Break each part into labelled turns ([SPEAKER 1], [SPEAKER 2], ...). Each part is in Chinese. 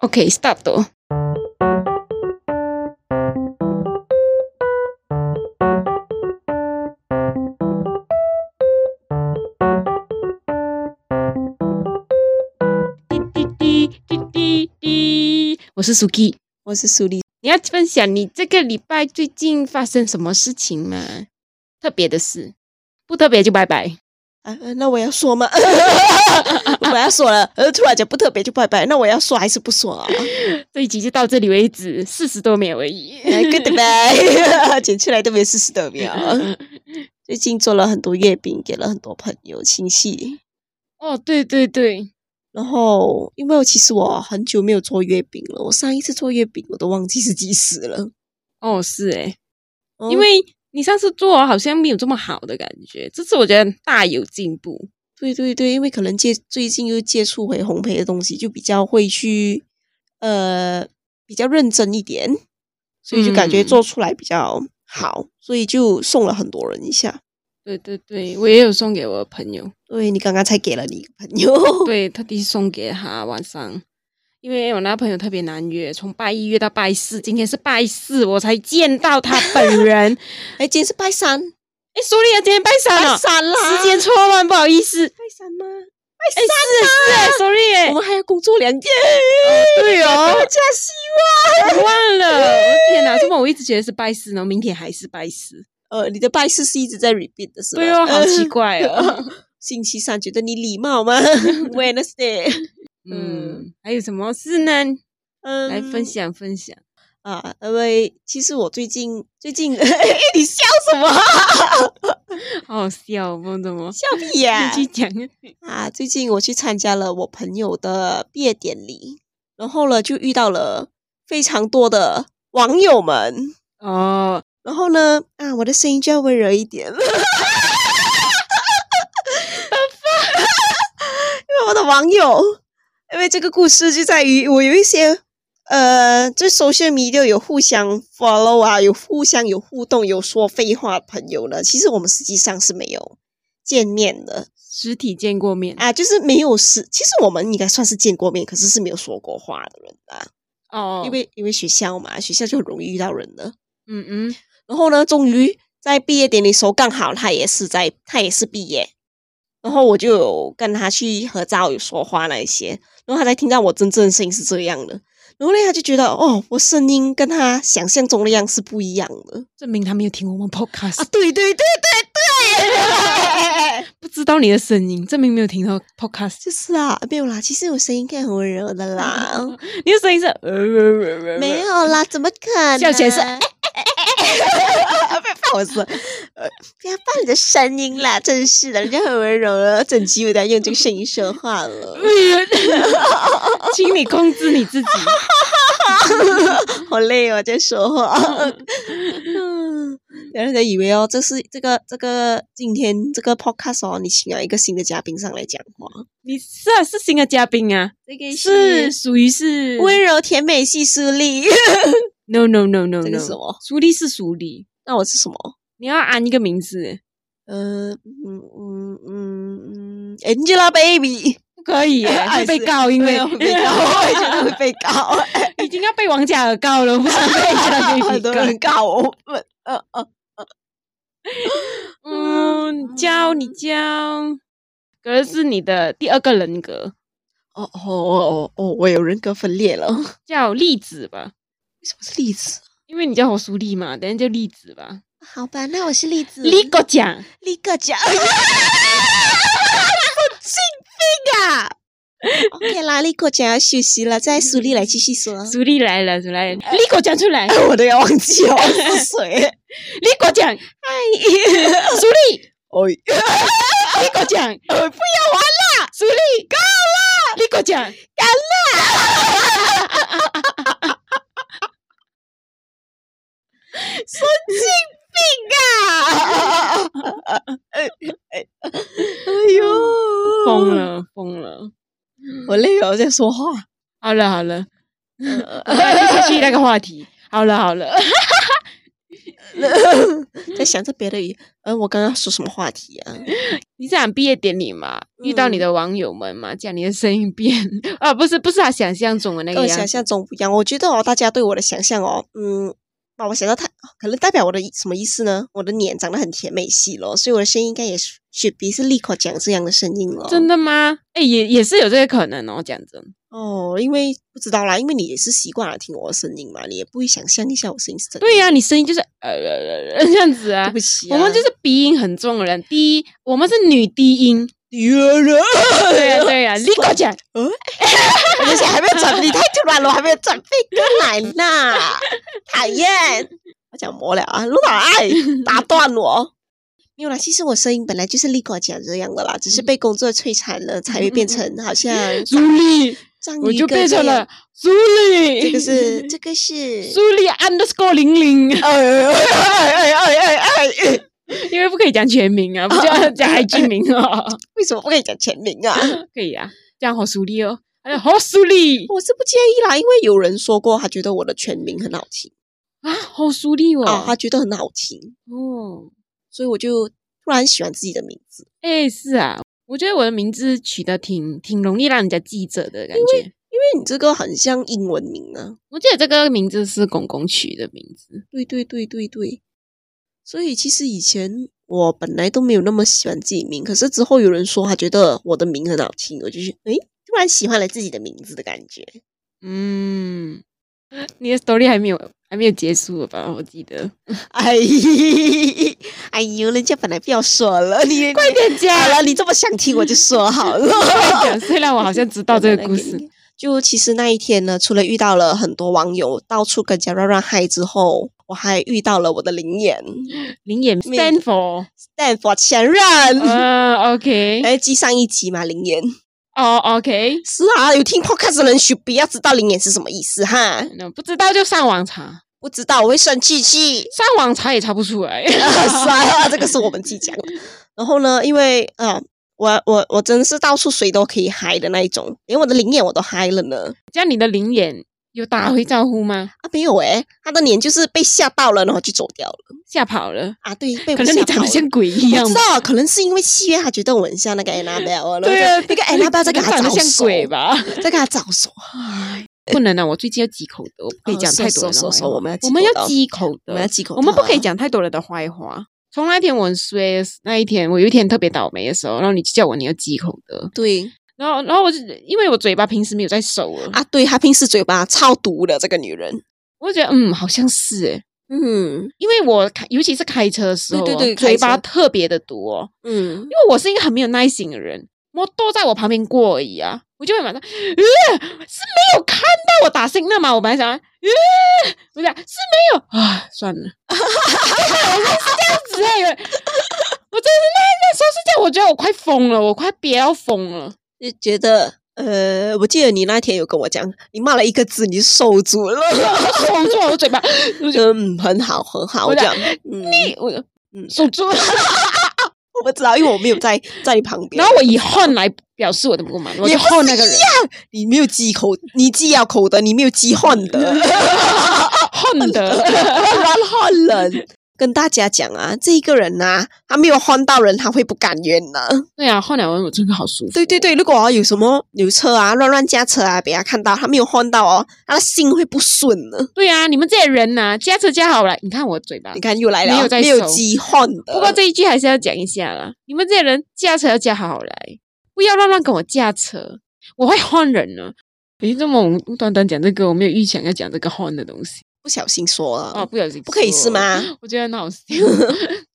[SPEAKER 1] OK, start. Didi 我是 Suki，
[SPEAKER 2] 我是苏丽。
[SPEAKER 1] 你要分享你这个礼拜最近发生什么事情吗？特别的事，不特别就拜拜。
[SPEAKER 2] 啊，呃那我要说吗？ 我本来说了，呃，突然间不特别就拜拜。那我要说还是不说啊？
[SPEAKER 1] 这一集就到这里为止，四十多秒而已。
[SPEAKER 2] 哎 Goodbye，剪 出来都没四十多秒。最近做了很多月饼，给了很多朋友亲戚。
[SPEAKER 1] 哦，对对对，
[SPEAKER 2] 然后，因为我其实我很久没有做月饼了，我上一次做月饼我都忘记是几时了。
[SPEAKER 1] 哦是诶，
[SPEAKER 2] 哦
[SPEAKER 1] 因为你上次做好像没有这么好的感觉，这次我觉得大有进步。
[SPEAKER 2] 对对对，因为可能接最近又接触回烘焙的东西，就比较会去呃比较认真一点，所以就感觉
[SPEAKER 1] 嗯
[SPEAKER 2] 做出来比较好，所以就送了很多人一下。
[SPEAKER 1] 对对对，我也有送给我的朋友，
[SPEAKER 2] 对你刚刚才给了你一个朋友，
[SPEAKER 1] 对，特地送给他晚上，因为我那朋友特别难约，从拜一约到拜四，今天是拜四，我才见到 他本人。
[SPEAKER 2] 哎，今天是拜三，
[SPEAKER 1] 哎，苏丽啊，今天拜三啊了、
[SPEAKER 2] 拜三啦，哎
[SPEAKER 1] 时间错乱，不好意思。
[SPEAKER 2] 拜三吗？
[SPEAKER 1] 哎，是是，sorry，哎
[SPEAKER 2] 我们还要工作两天，
[SPEAKER 1] 对哦
[SPEAKER 2] 大，家希
[SPEAKER 1] 我忘了，我的天哪，这么我一直觉得是拜四，然后明天还是拜四，
[SPEAKER 2] 望。呃，你的拜四是一直在 repeat 的是吧？
[SPEAKER 1] 对哦， 好奇
[SPEAKER 2] 怪。
[SPEAKER 1] 怪 哦。
[SPEAKER 2] 星期三觉得你礼貌 吗 ？Wednesday，
[SPEAKER 1] 嗯，还有什么事呢？
[SPEAKER 2] 嗯，
[SPEAKER 1] 来分享分享。
[SPEAKER 2] 啊，因为其实我最近最近， 哎，你笑什么？
[SPEAKER 1] 好好笑，哦不知道怎么。
[SPEAKER 2] 笑屁呀、
[SPEAKER 1] 你去讲。
[SPEAKER 2] 啊，最近我去参加了我朋友的毕业典礼，然后呢，就遇到了非常多的网友们。
[SPEAKER 1] 哦，
[SPEAKER 2] 然后呢，啊，我的声音就要温柔一点了。 因为我的网友，因为这个故事就在于我有一些呃，这 social media 有互相 follow 啊，有互相有互动，有说废话的朋友呢，其实我们实际上是没有见面的
[SPEAKER 1] 实体见过面。
[SPEAKER 2] 啊，就是没有实，其实我们应该算是见过面，可是是没有说过话的人啊，
[SPEAKER 1] 哦，
[SPEAKER 2] 因为因为学校嘛，学校就很容易遇到人的。
[SPEAKER 1] 嗯嗯，
[SPEAKER 2] 然后呢，终于在毕业典礼时候，刚好他也是在，他也是毕业，然后我就有跟他去合照，有说话那一些，然后他才听到我真正的声音是这样的，然后呢，他就觉得哦，我声音跟他想象中的样是不一样的
[SPEAKER 1] 证明他没有听我们 podcast，、
[SPEAKER 2] 啊，对对对对对，
[SPEAKER 1] 不知道你的声音，证明没有听到 podcast。
[SPEAKER 2] 就是啊，没有啦，其实我声音可以很温柔的 啦，
[SPEAKER 1] 你的声音是呃 呃呃
[SPEAKER 2] 没，有啦，怎么可能？
[SPEAKER 1] 笑 起来是
[SPEAKER 2] 哎哎哎哎哎哎，不要放我说，呃，不要放你的声音啦，真是的，人家很温柔了，整集我都要用这个声音说话 了，
[SPEAKER 1] 请你控制你自己。
[SPEAKER 2] 好累哦，在说 话。嗯，然后人家以为哦，这是这个这个今天这个 podcast 哦，你请了一个新的嘉宾上来讲话，
[SPEAKER 1] 你是啊，是新的嘉宾啊，
[SPEAKER 2] 这个
[SPEAKER 1] 是属于是
[SPEAKER 2] 温柔甜美系苏丽，
[SPEAKER 1] no no no no no，
[SPEAKER 2] 这个是什么？
[SPEAKER 1] 苏丽是苏丽，
[SPEAKER 2] 那我是什么？
[SPEAKER 1] 你要安一个名字，
[SPEAKER 2] 呃，嗯嗯嗯嗯，Angelababy。
[SPEAKER 1] 不可 以耶，
[SPEAKER 2] 哎
[SPEAKER 1] 会被
[SPEAKER 2] 是
[SPEAKER 1] 告，因
[SPEAKER 2] 因
[SPEAKER 1] 为哦
[SPEAKER 2] 为会被告，我也觉得会被 告，
[SPEAKER 1] 已经要被王嘉尔告了，不是 被嘉
[SPEAKER 2] 很多
[SPEAKER 1] 尔
[SPEAKER 2] 人告我们。呃呃，
[SPEAKER 1] 嗯，教你教，可是你的第二个人格
[SPEAKER 2] 哦哦哦哦，我有人格分裂了。 为
[SPEAKER 1] 叫栗子吧，
[SPEAKER 2] 什么是栗子？
[SPEAKER 1] 因为你叫我苏栗嘛，等下叫栗子吧。
[SPEAKER 2] 好吧，那我是栗子
[SPEAKER 1] 栗哥讲，
[SPEAKER 2] 栗个奖。神经病啊！OK 啦，栗个奖要休息了，再苏丽来继续说。
[SPEAKER 1] 苏栗来了，苏来了，
[SPEAKER 2] 哎
[SPEAKER 1] 栗哥讲出来，栗
[SPEAKER 2] 我都要忘记 了，我哎是谁？
[SPEAKER 1] 哥讲，
[SPEAKER 2] 哎，
[SPEAKER 1] 苏栗，
[SPEAKER 2] 哦，
[SPEAKER 1] 栗哥讲，
[SPEAKER 2] 不要玩啦！
[SPEAKER 1] 苏栗够了，栗哥 讲，
[SPEAKER 2] 啊！ 哎呦，
[SPEAKER 1] 疯！了疯了。
[SPEAKER 2] 嗯我累了，我在说话。
[SPEAKER 1] 好
[SPEAKER 2] 呃
[SPEAKER 1] 了好了，我们继续那个话题。好了好了，
[SPEAKER 2] 在想着别的语，呃，我刚刚说什么话题啊？
[SPEAKER 1] 你想毕业典礼嘛，遇到你
[SPEAKER 2] 嗯
[SPEAKER 1] 的网友们嘛，讲你的声音变 啊，不是不是他想象中的那
[SPEAKER 2] 跟
[SPEAKER 1] 个
[SPEAKER 2] 我
[SPEAKER 1] 样
[SPEAKER 2] 哦想
[SPEAKER 1] 子，
[SPEAKER 2] 象中不一样。我觉得哦，大家对我的想象哦，嗯，把我想到太，可能代表我的意什么意思呢？我的脸长得很甜美系咯，所以我的声音应该也是雪碧是立刻讲这样的声音了。
[SPEAKER 1] 真的吗？哎，也也是有这个可能哦，讲真。
[SPEAKER 2] 哦，因为不知道啦，因为你也是习惯了听我的声音嘛，你也不会想象一下我声音是怎
[SPEAKER 1] 对
[SPEAKER 2] 样、
[SPEAKER 1] 呀、你声音就是呃呃 呃这样子啊
[SPEAKER 2] 对不。起、啊，
[SPEAKER 1] 我们就是鼻音很重的人，第一，我们是女低音。
[SPEAKER 2] 啊
[SPEAKER 1] 对呀、对
[SPEAKER 2] 哦
[SPEAKER 1] 呀、立刻 讲。
[SPEAKER 2] 嗯我而且还没有转，你太突然了，我还没有转飞过来 呢，讨厌！我讲魔了啊，陆老爱打断我。 没有啦，其实我声音本来就是立刻讲这样的啦，只是被工作摧残了，才会变成好像
[SPEAKER 1] 苏丽，
[SPEAKER 2] 章
[SPEAKER 1] 我
[SPEAKER 2] 鱼
[SPEAKER 1] 就
[SPEAKER 2] 哥
[SPEAKER 1] 变
[SPEAKER 2] 这
[SPEAKER 1] 成
[SPEAKER 2] 样
[SPEAKER 1] 了苏丽。
[SPEAKER 2] 这个 是这个是，
[SPEAKER 1] 苏丽 underscore 零零，
[SPEAKER 2] 哎哎哎哎哎哎，
[SPEAKER 1] 因为不可以讲全名啊，不就要讲 IG 名哦。
[SPEAKER 2] 为什么不可以讲全名啊？
[SPEAKER 1] 可以啊，这样好苏丽哦。哎，好苏丽
[SPEAKER 2] 我是不介意啦，因为有人说过，他觉得我的全名很好听
[SPEAKER 1] 啊，好苏丽哦。
[SPEAKER 2] 啊，他觉得很好听，
[SPEAKER 1] 哦，
[SPEAKER 2] 所以我就突然喜欢自己的名字。
[SPEAKER 1] 哎，是啊，我觉得我的名字取得挺挺容易让人家记着的感觉。
[SPEAKER 2] 因为你这个很像英文名啊。
[SPEAKER 1] 我记得这个名字是公公取的名字，
[SPEAKER 2] 对对对对对，所以其实以前我本来都没有那么喜欢自己名，可是之后有人说他觉得我的名很好听，我就是诶，突然喜欢了自己的名字的感觉。
[SPEAKER 1] 嗯，你的 story 还没有还没有结束吧？我记得，
[SPEAKER 2] 哎， 哎呦，人家本来不要说了，你
[SPEAKER 1] 快点讲，
[SPEAKER 2] 好了，你这么想听我就说好了。
[SPEAKER 1] 快讲。虽然我好像知道这个故 事，。
[SPEAKER 2] 就其实那一天呢，除了遇到了很多网友到处跟人家乱乱嗨之后，我还遇到了我的灵眼
[SPEAKER 1] 灵眼
[SPEAKER 2] 没
[SPEAKER 1] stand for，
[SPEAKER 2] 但我前任。
[SPEAKER 1] 嗯，OK，
[SPEAKER 2] 哎，记上一集嘛，灵眼
[SPEAKER 1] 哦，OK，
[SPEAKER 2] 是啊，有听 podcast 的人许不要知道灵眼是什么意思哈，
[SPEAKER 1] 那不知道就上网查，。
[SPEAKER 2] 不知道我会生气气
[SPEAKER 1] 上网查也查不出 来。
[SPEAKER 2] 算了，这个是我们自己讲的。然后呢，因为呃，我我我真的是到处谁都可以嗨的那一种，连我的灵眼我都嗨了呢。
[SPEAKER 1] 这样你的灵眼有打回招呼吗？
[SPEAKER 2] 啊，没有诶、他的脸就是被吓到了，然后就走掉了。
[SPEAKER 1] 吓跑了，
[SPEAKER 2] 啊，对，被我
[SPEAKER 1] 可能你
[SPEAKER 2] 吓
[SPEAKER 1] 长
[SPEAKER 2] 跑
[SPEAKER 1] 得
[SPEAKER 2] 了
[SPEAKER 1] 像鬼一样
[SPEAKER 2] 我知
[SPEAKER 1] 吧。
[SPEAKER 2] 道，可能是因为七月他觉得我很像那个 Annabelle，
[SPEAKER 1] 对啊，
[SPEAKER 2] 那个哎 Annabelle 在给
[SPEAKER 1] 可能长
[SPEAKER 2] 他找
[SPEAKER 1] 得像
[SPEAKER 2] 手
[SPEAKER 1] 鬼吧？
[SPEAKER 2] 在给他找手。
[SPEAKER 1] 不能啊，我最近要忌口德，我不可以
[SPEAKER 2] 哦
[SPEAKER 1] 讲
[SPEAKER 2] 说
[SPEAKER 1] 太多
[SPEAKER 2] 说
[SPEAKER 1] 人的
[SPEAKER 2] 说
[SPEAKER 1] 坏
[SPEAKER 2] 说
[SPEAKER 1] 话
[SPEAKER 2] 我们要忌
[SPEAKER 1] 我们
[SPEAKER 2] 口
[SPEAKER 1] 要
[SPEAKER 2] 德
[SPEAKER 1] 忌口德，
[SPEAKER 2] 我们要忌口
[SPEAKER 1] 我们不
[SPEAKER 2] 德
[SPEAKER 1] 可以
[SPEAKER 2] 啊
[SPEAKER 1] 讲太多人的坏话。从那天我很衰，那一天我有一天特别倒霉的时候，然后你就叫我你要忌口德，
[SPEAKER 2] 对
[SPEAKER 1] 然后然后我就因为我嘴巴平时没有在收了，
[SPEAKER 2] 啊，对，她平时嘴巴超毒的这个女人。
[SPEAKER 1] 我就觉得嗯好像是诶，
[SPEAKER 2] 嗯
[SPEAKER 1] 因为我开尤其是开车的时候哦，
[SPEAKER 2] 对对对
[SPEAKER 1] 嘴
[SPEAKER 2] 开
[SPEAKER 1] 巴
[SPEAKER 2] 车
[SPEAKER 1] 特别的毒哦，
[SPEAKER 2] 嗯
[SPEAKER 1] 因，为我是一个很没有耐心的人，摩托在我旁边过而已啊，我就会马上，呃，是没有看到我打信那嘛，我本来想，呃，我想是没有啊，算了，我就是这样子啊，有我真的是那那时候是这样，我觉得我快疯了，我快憋要疯了，
[SPEAKER 2] 就觉得呃，我记得你那天有跟我讲，你骂了一个字，你就受 住了。
[SPEAKER 1] 封住了我嘴巴，
[SPEAKER 2] 我觉得嗯，很好，很好。
[SPEAKER 1] 我
[SPEAKER 2] 我
[SPEAKER 1] 讲
[SPEAKER 2] 讲，嗯，
[SPEAKER 1] 我就
[SPEAKER 2] 嗯
[SPEAKER 1] 守住啊了，
[SPEAKER 2] 我不知道，因为我没有在在你旁边。
[SPEAKER 1] 然后我以恨来表示我的不满，我
[SPEAKER 2] 也
[SPEAKER 1] 就
[SPEAKER 2] 不
[SPEAKER 1] 恨
[SPEAKER 2] 是啊
[SPEAKER 1] 那个人
[SPEAKER 2] 一，样你没有忌口，你忌要口德，你没有忌恨的。
[SPEAKER 1] 恨的，
[SPEAKER 2] 乱换人。跟大家讲啊，这一个人呐、他没有换到人，他会不甘愿呢、
[SPEAKER 1] 对啊，换来我我真的好舒服，
[SPEAKER 2] 对对对，如果、哦有什么有车啊，乱乱驾车啊，被他看到，他没有换到哦，他的心会不顺呢。
[SPEAKER 1] 对啊，你们这些人呐、驾车驾好了，你看我嘴巴
[SPEAKER 2] 你。看又来了，
[SPEAKER 1] 没有在
[SPEAKER 2] 啊没有
[SPEAKER 1] 收
[SPEAKER 2] 机换的。
[SPEAKER 1] 不过这一句还是要讲一下啦，你们这些人驾车要驾好来，不要乱乱跟我驾车，我会换人呢。诶，这么无端端讲这个，我没有预想要讲这个换的东西
[SPEAKER 2] 不小心说了，
[SPEAKER 1] 啊，不小心
[SPEAKER 2] 不可以是
[SPEAKER 1] 说了？
[SPEAKER 2] 吗？
[SPEAKER 1] 我觉得很好 笑，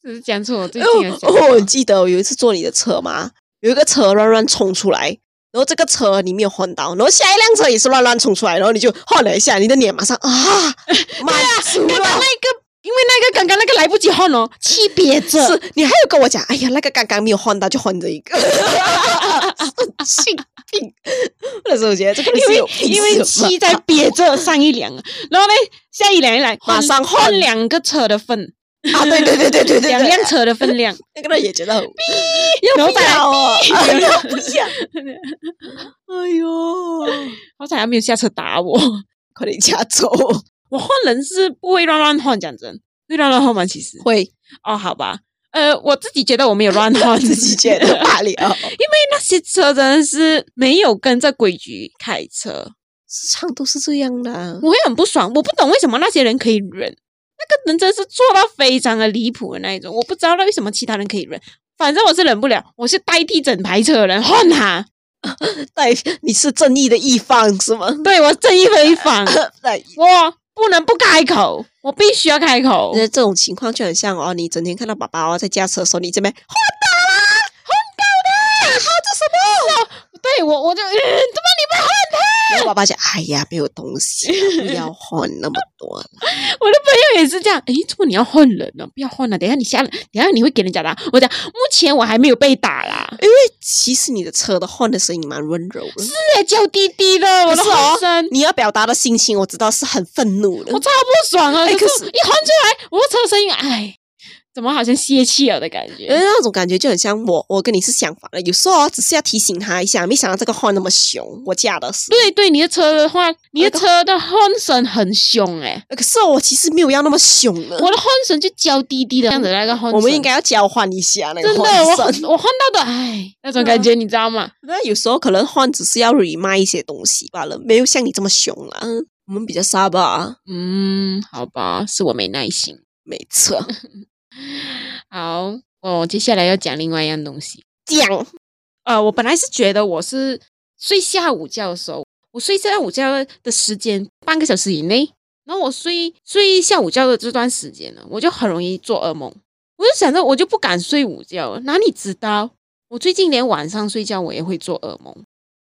[SPEAKER 1] 只是讲错我最近的
[SPEAKER 2] 哦
[SPEAKER 1] 想
[SPEAKER 2] 哦， 我
[SPEAKER 1] 法。
[SPEAKER 2] 记得我有一次坐你的车嘛，有一个车乱乱冲出来，然后这个车你没有换到，然后下一辆车也是乱乱冲出来，然后你就换了一下，你的脸马上 啊，满足啊
[SPEAKER 1] 对吧？那
[SPEAKER 2] 了。
[SPEAKER 1] 个，因为那个刚刚那个来不及换哦，气憋着。
[SPEAKER 2] 是你还有跟我讲，哎呀，那个刚刚没有换到，就换这一个，神经病。那时候我觉得这个人
[SPEAKER 1] 因
[SPEAKER 2] 是
[SPEAKER 1] 为
[SPEAKER 2] 有病
[SPEAKER 1] 因为
[SPEAKER 2] 是吧
[SPEAKER 1] 气在憋着上一两，然后呢下一两一来
[SPEAKER 2] 马上换
[SPEAKER 1] 换两个车的份，
[SPEAKER 2] 啊，对对对对对对，
[SPEAKER 1] 两
[SPEAKER 2] 对
[SPEAKER 1] 辆，车的分 量，
[SPEAKER 2] 那个人也觉得很
[SPEAKER 1] 然后
[SPEAKER 2] 不
[SPEAKER 1] 再来
[SPEAKER 2] 要哦，哎
[SPEAKER 1] 然
[SPEAKER 2] 呀，不要，哎呦，
[SPEAKER 1] 好彩还没有下车打我。
[SPEAKER 2] 快点驾走。
[SPEAKER 1] 我换人是不会乱乱换，讲真，会乱乱哄吗？其实
[SPEAKER 2] 会
[SPEAKER 1] 哦，好吧，呃，我自己觉得我没有乱哄
[SPEAKER 2] 自己觉 得霸凌 哦，
[SPEAKER 1] 那些车真的是没有跟着规矩开车，
[SPEAKER 2] 时常都是这样的啊、
[SPEAKER 1] 我会很不爽。我不懂为什么那些人可以忍，那个人真的是做到非常的离谱的那一种。我不知道为什么其他人可以忍，反正我是忍不了，我是代替整排车的人换他。
[SPEAKER 2] 对，你是正义的一方是吗？
[SPEAKER 1] 对我正义非 凡，
[SPEAKER 2] 对，
[SPEAKER 1] 我不能不开口，我必须要开 口。
[SPEAKER 2] 那这种情况就很像哦，你整天看到爸爸哦在驾车的时候，你这边好打啦，好打啦，好这什么？
[SPEAKER 1] 对我，我就、嗯、怎么你们
[SPEAKER 2] 然后爸爸讲，哎呀，没有东西啦，不要换那么 多啦。
[SPEAKER 1] 我的朋友也是这样，诶，怎么你要换人呢、不要换了、等一下你下了，等一下你会给人家打。我讲，目前我还没有被打啦，
[SPEAKER 2] 因为其实你的车的换的声音蛮温柔的，
[SPEAKER 1] 在娇滴滴的，我的
[SPEAKER 2] 不是哦
[SPEAKER 1] 吼声。
[SPEAKER 2] 你要表达的心情我知道是很愤怒的
[SPEAKER 1] 我。超不爽啊！
[SPEAKER 2] 哎
[SPEAKER 1] 可
[SPEAKER 2] 可
[SPEAKER 1] 是
[SPEAKER 2] 是
[SPEAKER 1] 一喊出来，我车声音，哎，怎么好像泄气了的感觉？
[SPEAKER 2] 因为那种感觉就很像我，我跟你是相反的。有时候哦只是要提醒他一下，没想到这个换那么凶，我驾的是。
[SPEAKER 1] 对对，你的车的话，你的
[SPEAKER 2] 那个
[SPEAKER 1] 车的晃神很凶哎、
[SPEAKER 2] 可是哦我其实没有要那么凶的。
[SPEAKER 1] 我的晃神就娇滴滴的这样子那个晃神，
[SPEAKER 2] 我们应该要交换一下那
[SPEAKER 1] 真
[SPEAKER 2] 个
[SPEAKER 1] 的
[SPEAKER 2] 换
[SPEAKER 1] 我
[SPEAKER 2] 声。
[SPEAKER 1] 我晃到的哎那种感觉，你知道吗？
[SPEAKER 2] 那有时候可能换只是要 remind 一些东西罢了，没有像你这么凶啦。嗯，我们比较沙吧，
[SPEAKER 1] 嗯，好吧，是我没耐心。
[SPEAKER 2] 没错。
[SPEAKER 1] 好，我接下来要讲另外一样东西。
[SPEAKER 2] 这样
[SPEAKER 1] 呃，我本来是觉得我是睡下午觉的时候，我睡下午觉的时间半个小时以内，然后我睡睡下午觉的这段时间呢，我就很容易做噩梦。我就想着我就不敢睡午觉了，哪里知道我最近连晚上睡觉我也会做噩梦。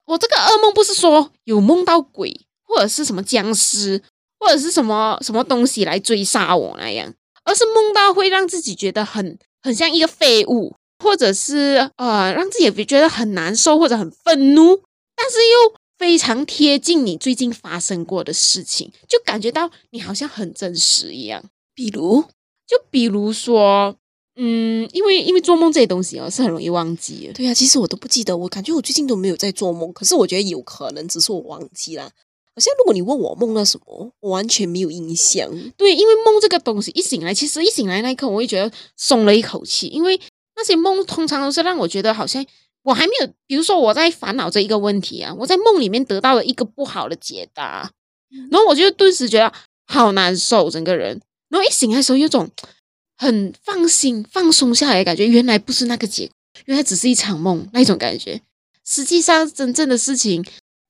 [SPEAKER 1] 我这个噩梦不是说有梦到鬼或者是什么僵尸或者是什么什么东西来追杀我那样，而是梦到会让自己觉得很很像一个废物，或者是呃让自己觉得很难受或者很愤怒，但是又非常贴近你最近发生过的事情，就感觉到你好像很真实一样。
[SPEAKER 2] 比如
[SPEAKER 1] 就比如说，嗯，因为因为做梦这些东西哦是很容易忘记的，
[SPEAKER 2] 对啊呀、其实我都不记得，我感觉我最近都没有在做梦，可是我觉得有可能只是我忘记啦。好像如果你问我梦到什么，我完全没有印象。
[SPEAKER 1] 对，因为梦这个东西，一醒来，其实一醒来那一刻，我会觉得松了一口气，因为那些梦通常都是让我觉得好像我还没有，比如说我在烦恼着一个问题啊，我在梦里面得到了一个不好的解答，然后我就顿时觉得好难受，整个人，然后一醒来的时候，有种很放心、放松下来的感觉，原来不是那个结果，原来只是一场梦那一种感觉，实际上真正的事情。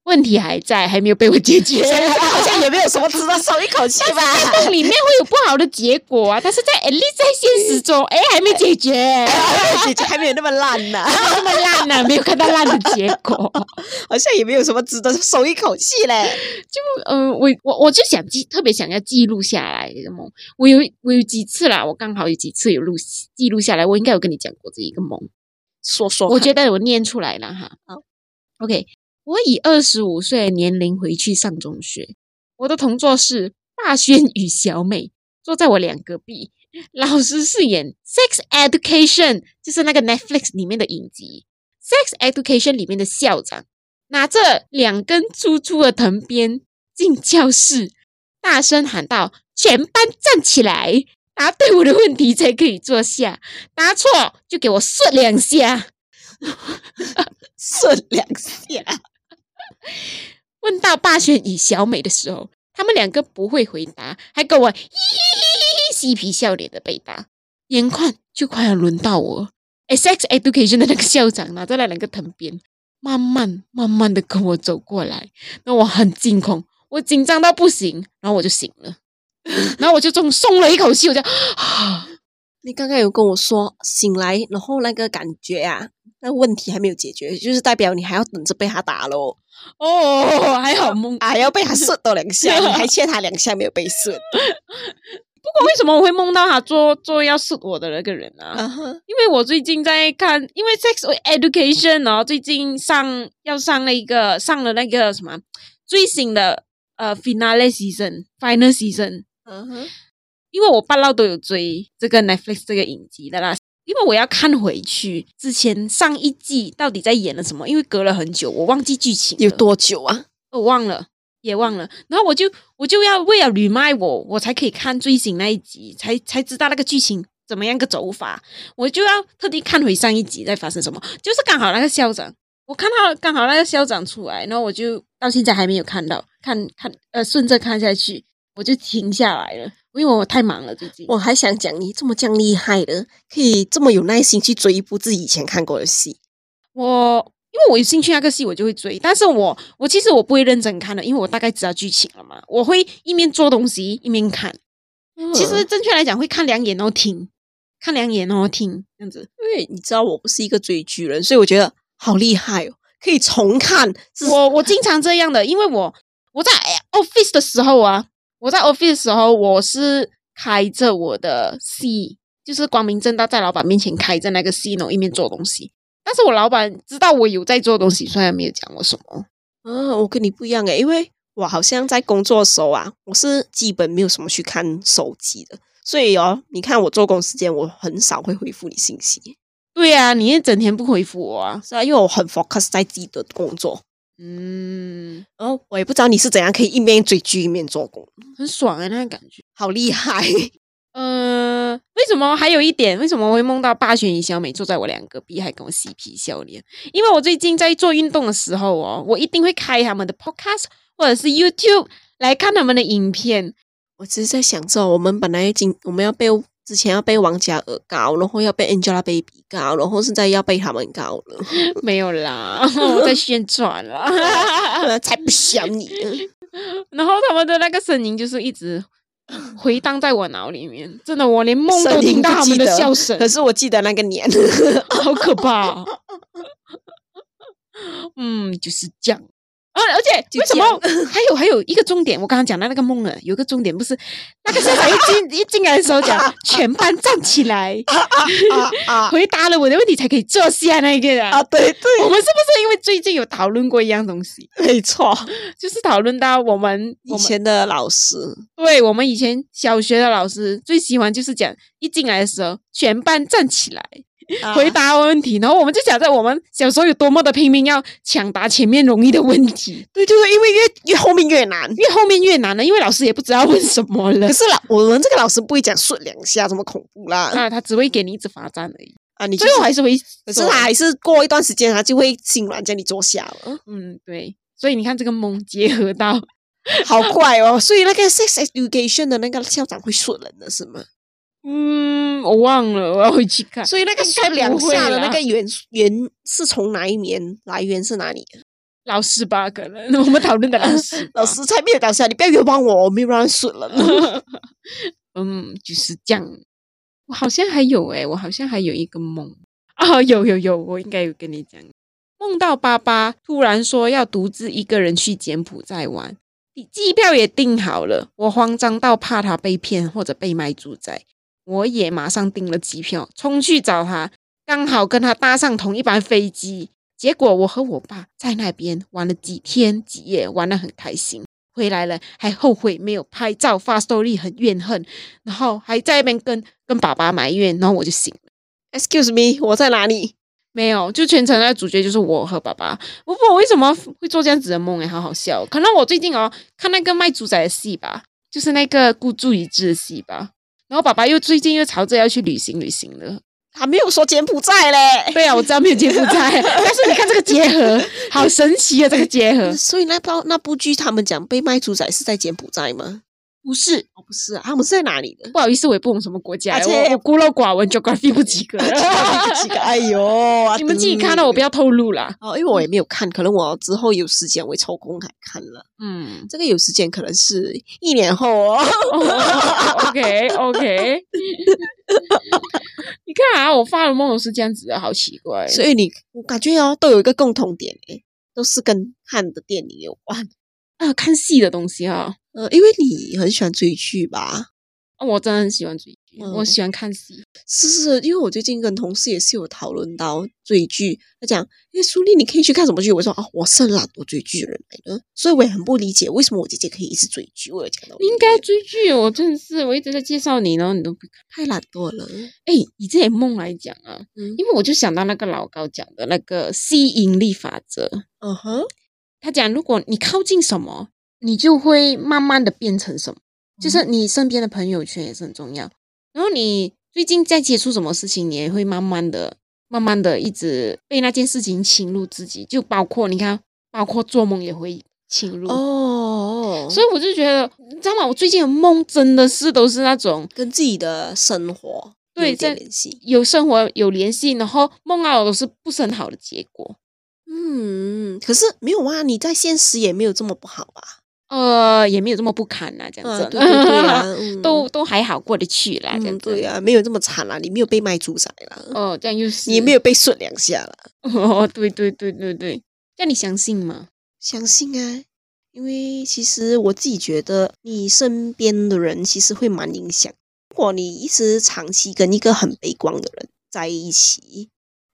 [SPEAKER 1] 问题还在，还没有被我解决。
[SPEAKER 2] 好像也没有什么值得松一口气吧。
[SPEAKER 1] 梦里面会有不好的结果啊，但是在 at least 在现实中，哎，还没解决，
[SPEAKER 2] 姐姐还没有那么烂呢、
[SPEAKER 1] 那么烂呢、没有看到烂的结果。
[SPEAKER 2] 好像也没有什么值得松一口气嘞。
[SPEAKER 1] 嗯、我我我就想记，特别想要记录下来这个梦。我有我有几次啦，我刚好有几次有录记录下来，我应该有跟你讲过这一个梦。
[SPEAKER 2] 说说
[SPEAKER 1] 我觉得我念出来了哈。OK，我以二十五岁的年龄回去上中学，我的同座是霸轩与小美，坐在我两隔壁。 老师饰演《Sex Education》，就是那个 Netflix 里面的影集《Sex Education》里面的校长，拿着两根粗粗的藤鞭进教室，大声喊道：“全班站起来，答对我的问题才可以坐下，答错就给我摔两下。”
[SPEAKER 2] 顺两下，
[SPEAKER 1] 问到霸轩与小美的时候，他们两个不会回答，还跟我嘻嘻嘻嘻嬉皮笑脸的被打。眼看就快要轮到我诶，sex education 的那个校长拿着那两个藤鞭，慢慢慢慢的跟我走过来，那我很惊恐，我紧张到不行，然后我就醒了，然后我就终于松了一口气，我就啊，
[SPEAKER 2] 你刚刚有跟我说醒来，然后那个感觉啊，那问题还没有解决，就是代表你还要等着被他打喽，
[SPEAKER 1] 哦，还好懵。
[SPEAKER 2] 还啊要被他 射到两下，你还欠他两下没有被射。
[SPEAKER 1] 不过为什么我会梦到他做做要射我的那个人啊？
[SPEAKER 2] 啊哈，
[SPEAKER 1] 因为我最近在看，因为 sex education 哦，最近上要上那个上了那个什么最新的呃 finale season final season，
[SPEAKER 2] 啊哈，
[SPEAKER 1] 因为我半老都有追这个 Netflix 这个影集的啦，因为我要看回去之前上一季到底在演了什么，因为隔了很久，我忘记剧情了
[SPEAKER 2] 有多久啊？
[SPEAKER 1] 哦我忘了。也忘了。然后我就我就要为了 remind 我，我才可以看最新那一集，才才知道那个剧情怎么样个走法。我就要特地看回上一集在发生什么，就是刚好那个校长，我看到刚好那个校长出来，然后我就到现在还没有看到，看看呃顺着看下去，我就停下来了，因为我太忙了最近。
[SPEAKER 2] 我还想讲你这么这样厉害的，可以这么有耐心去追一部自己以前看过的戏。
[SPEAKER 1] 我因为我有兴趣那个戏，我就会追。但是我我其实我不会认真看的，因为我大概知道剧情了嘛。我会一面做东西一面看。其实正确来讲，会看两眼然后哦听，看两眼然后听这样子。
[SPEAKER 2] 因为你知道我不是一个追剧人，所以我觉得好厉害哦，可以重看。是
[SPEAKER 1] 我我经常这样的，因为我我在 office 的时候啊，我在 office 的时候，我是开着我的戏，就是光明正大在老板面前开着那个戏，然后一面做东西。但是我老板知道我有在做东西，虽然没有讲我什么。
[SPEAKER 2] 啊，我跟你不一样诶，因为我好像在工作的时候啊，我是基本没有什么去看手机的，所以哦，你看我做工时间，我很少会回复你信息，
[SPEAKER 1] 对啊，你一整天不回复我啊。
[SPEAKER 2] 是啊，因为我很 focus 在自己的工作，
[SPEAKER 1] 嗯，
[SPEAKER 2] 然后我也不知道你是怎样可以一面追剧一面做工，
[SPEAKER 1] 很爽啊、那个感觉。
[SPEAKER 2] 好厉害！
[SPEAKER 1] 呃，为什么还有一点？为什么我会梦到霸权与小美坐在我两隔壁，还跟我嬉皮笑脸？因为我最近在做运动的时候哦，我一定会开他们的 podcast 或者是 YouTube 来看他们的影片。
[SPEAKER 2] 我只是在想着，我们本来今我们要被之前要被王嘉尔搞，然后要被 Angelababy 搞，然后现在要被他们搞 了，
[SPEAKER 1] 没有啦， 我在宣传啦。
[SPEAKER 2] 我才不想你呢！
[SPEAKER 1] 然后他们的那个声音就是一直回荡在我脑里面，真的，我连梦都
[SPEAKER 2] 声音
[SPEAKER 1] 听到
[SPEAKER 2] 不
[SPEAKER 1] 他
[SPEAKER 2] 记
[SPEAKER 1] 们的
[SPEAKER 2] 得
[SPEAKER 1] 笑声。
[SPEAKER 2] 可是我记得那个 年。
[SPEAKER 1] 好可怕、哦。 嗯，就是这样。啊，而且
[SPEAKER 2] 就
[SPEAKER 1] 为什
[SPEAKER 2] 这
[SPEAKER 1] 么
[SPEAKER 2] 样
[SPEAKER 1] 还有还有一个重点？我刚刚讲到那个梦了，有一个重点不是那个校长一进一进来的时候 讲全班站起来，
[SPEAKER 2] 啊啊
[SPEAKER 1] 回答了我的问题才可以坐下那个人。
[SPEAKER 2] 啊！对对，
[SPEAKER 1] 我们是不是因为最近有讨论过一样东西？
[SPEAKER 2] 没错，
[SPEAKER 1] 就是讨论到我们我
[SPEAKER 2] 以
[SPEAKER 1] 们
[SPEAKER 2] 前的老师
[SPEAKER 1] 对我们以前小学的老师最喜欢就是讲一进来的时候全班站起来，
[SPEAKER 2] 啊
[SPEAKER 1] 回答问题，然后我们就想着我们小时候有多么的拼命要抢答前面容易的问 题，
[SPEAKER 2] 对对对，因为越越后面越难。
[SPEAKER 1] 越后面越难了，因为老师也不知道问什么 了
[SPEAKER 2] 可是老我们这个老师不会讲顺两下这么恐怖啦
[SPEAKER 1] 啊，他只会给你一直罚站而已。
[SPEAKER 2] 啊！你就
[SPEAKER 1] 最后还是嗯会，
[SPEAKER 2] 可是他还是过一段时间他就会心软叫你坐下 了，
[SPEAKER 1] 嗯对，所以你看这个梦结合到
[SPEAKER 2] 好快哦！所以那个 sex education 的那个校长会顺人的是吗？
[SPEAKER 1] 嗯，我忘了，我要回去看。
[SPEAKER 2] 所以那个
[SPEAKER 1] 应该
[SPEAKER 2] 顺两
[SPEAKER 1] 不会
[SPEAKER 2] 下的
[SPEAKER 1] 啦
[SPEAKER 2] 那个源源是从哪一年来源是哪里？
[SPEAKER 1] 老师吧，可能我们讨论的 老师吧，
[SPEAKER 2] 老师才没有两下，你不要冤枉我，我没有让人顺人。
[SPEAKER 1] 嗯，就是这样。我好像还有诶、欸我好像还有一个梦啊、有有有，我应该有跟你讲，梦到爸爸突然说要独自一个人去柬埔寨玩，机票也订好了，我慌张到怕他被骗或者被卖猪仔，我也马上订了机票，冲去找他，刚好跟他搭上同一班飞机。结果我和我爸在那边玩了几天几夜，玩得很开心。回来了还后悔没有拍照发 story，很怨恨，然后还在那边跟跟爸爸埋怨，然后我就醒了。
[SPEAKER 2] Excuse me，我在哪里？
[SPEAKER 1] 没有，就全程的主角就是我和爸爸。我不知道为什么会做这样子的梦，哎，好好笑哦。可能我最近哦看那个卖猪仔的戏吧，就是那个孤注一掷的戏吧。然后爸爸又最近又朝着要去旅行旅行了。
[SPEAKER 2] 他没有说柬埔寨嘞。
[SPEAKER 1] 对啊，我知道没有柬埔寨， 但是你看这个结合，好神奇啊！这个结 合
[SPEAKER 2] 所以那部那部剧，他们讲被卖猪仔是在柬埔寨吗？
[SPEAKER 1] 不是
[SPEAKER 2] 哦，不是啊，他们是在哪里 的？
[SPEAKER 1] 不好意思，我也不懂什么国家，
[SPEAKER 2] 而且
[SPEAKER 1] 我我孤陋寡闻，geography 不 及格。
[SPEAKER 2] 几个？哎呦，
[SPEAKER 1] 你们自己看到，我不
[SPEAKER 2] 要。
[SPEAKER 1] 要透露啦。
[SPEAKER 2] 哦，因为我也没有看，可能我之后有时间我会抽空来看了。
[SPEAKER 1] 嗯
[SPEAKER 2] 这个有时间可能是一年后哦。
[SPEAKER 1] ，OK OK，你看啊，我发的梦都是这样子的，好奇怪。
[SPEAKER 2] 所以你，我感觉哦，都有一个共同点诶，都是跟看的电影有关。
[SPEAKER 1] 啊，看戏的东西啊，
[SPEAKER 2] 呃，因为你很喜欢追剧吧？
[SPEAKER 1] 啊我真的很喜欢追剧，
[SPEAKER 2] 嗯
[SPEAKER 1] 我喜欢看戏。
[SPEAKER 2] 是是是，因为我最近跟同事也是有讨论到追剧，他讲，哎，苏丽，你可以去看什么剧？我说，哦，我是懒惰追剧人来的，所以我也很不理解为什么我姐姐可以一直追剧。我有讲到，
[SPEAKER 1] 你应该追剧，哦我真的是，我一直在介绍你，然后你都不看。
[SPEAKER 2] 太懒惰了。
[SPEAKER 1] 哎，以这些梦来讲啊，
[SPEAKER 2] 嗯
[SPEAKER 1] 因为我就想到那个老高讲的那个吸引力法则，
[SPEAKER 2] 嗯哼，
[SPEAKER 1] 他讲，如果你靠近什么，你就会慢慢的变成什么？就是
[SPEAKER 2] 嗯
[SPEAKER 1] 你身边的朋友圈也是很重要。然后你最近在接触什么事情，你也会慢慢的、慢慢的一直被那件事情侵入自己，就包括你看，包括做梦也会侵入。
[SPEAKER 2] 哦，
[SPEAKER 1] 嗯所以我就觉得，你知道吗？我最近的梦真的是都是那种
[SPEAKER 2] 跟自己的生活
[SPEAKER 1] 对
[SPEAKER 2] 有
[SPEAKER 1] 在
[SPEAKER 2] 点联系。
[SPEAKER 1] 有生活有联系，然后梦到的都是不是很好的结果。
[SPEAKER 2] 嗯，可是没有啊，你在现实也没有这么不好吧？
[SPEAKER 1] 呃，也没有这么不堪啦，这样子，
[SPEAKER 2] 啊，对对对 啊，嗯
[SPEAKER 1] 都都还好过得去啦，这样
[SPEAKER 2] 嗯，
[SPEAKER 1] 子。
[SPEAKER 2] 对啊，没有这么惨啦，你没有被卖猪仔啦，
[SPEAKER 1] 哦，这样又是
[SPEAKER 2] 你也没有被顺两下啦。
[SPEAKER 1] 哦，对对对对对，这样你相信吗？
[SPEAKER 2] 相信啊，因为其实我自己觉得，你身边的人其实会蛮影响。如果你一直长期跟一个很悲观的人在一起，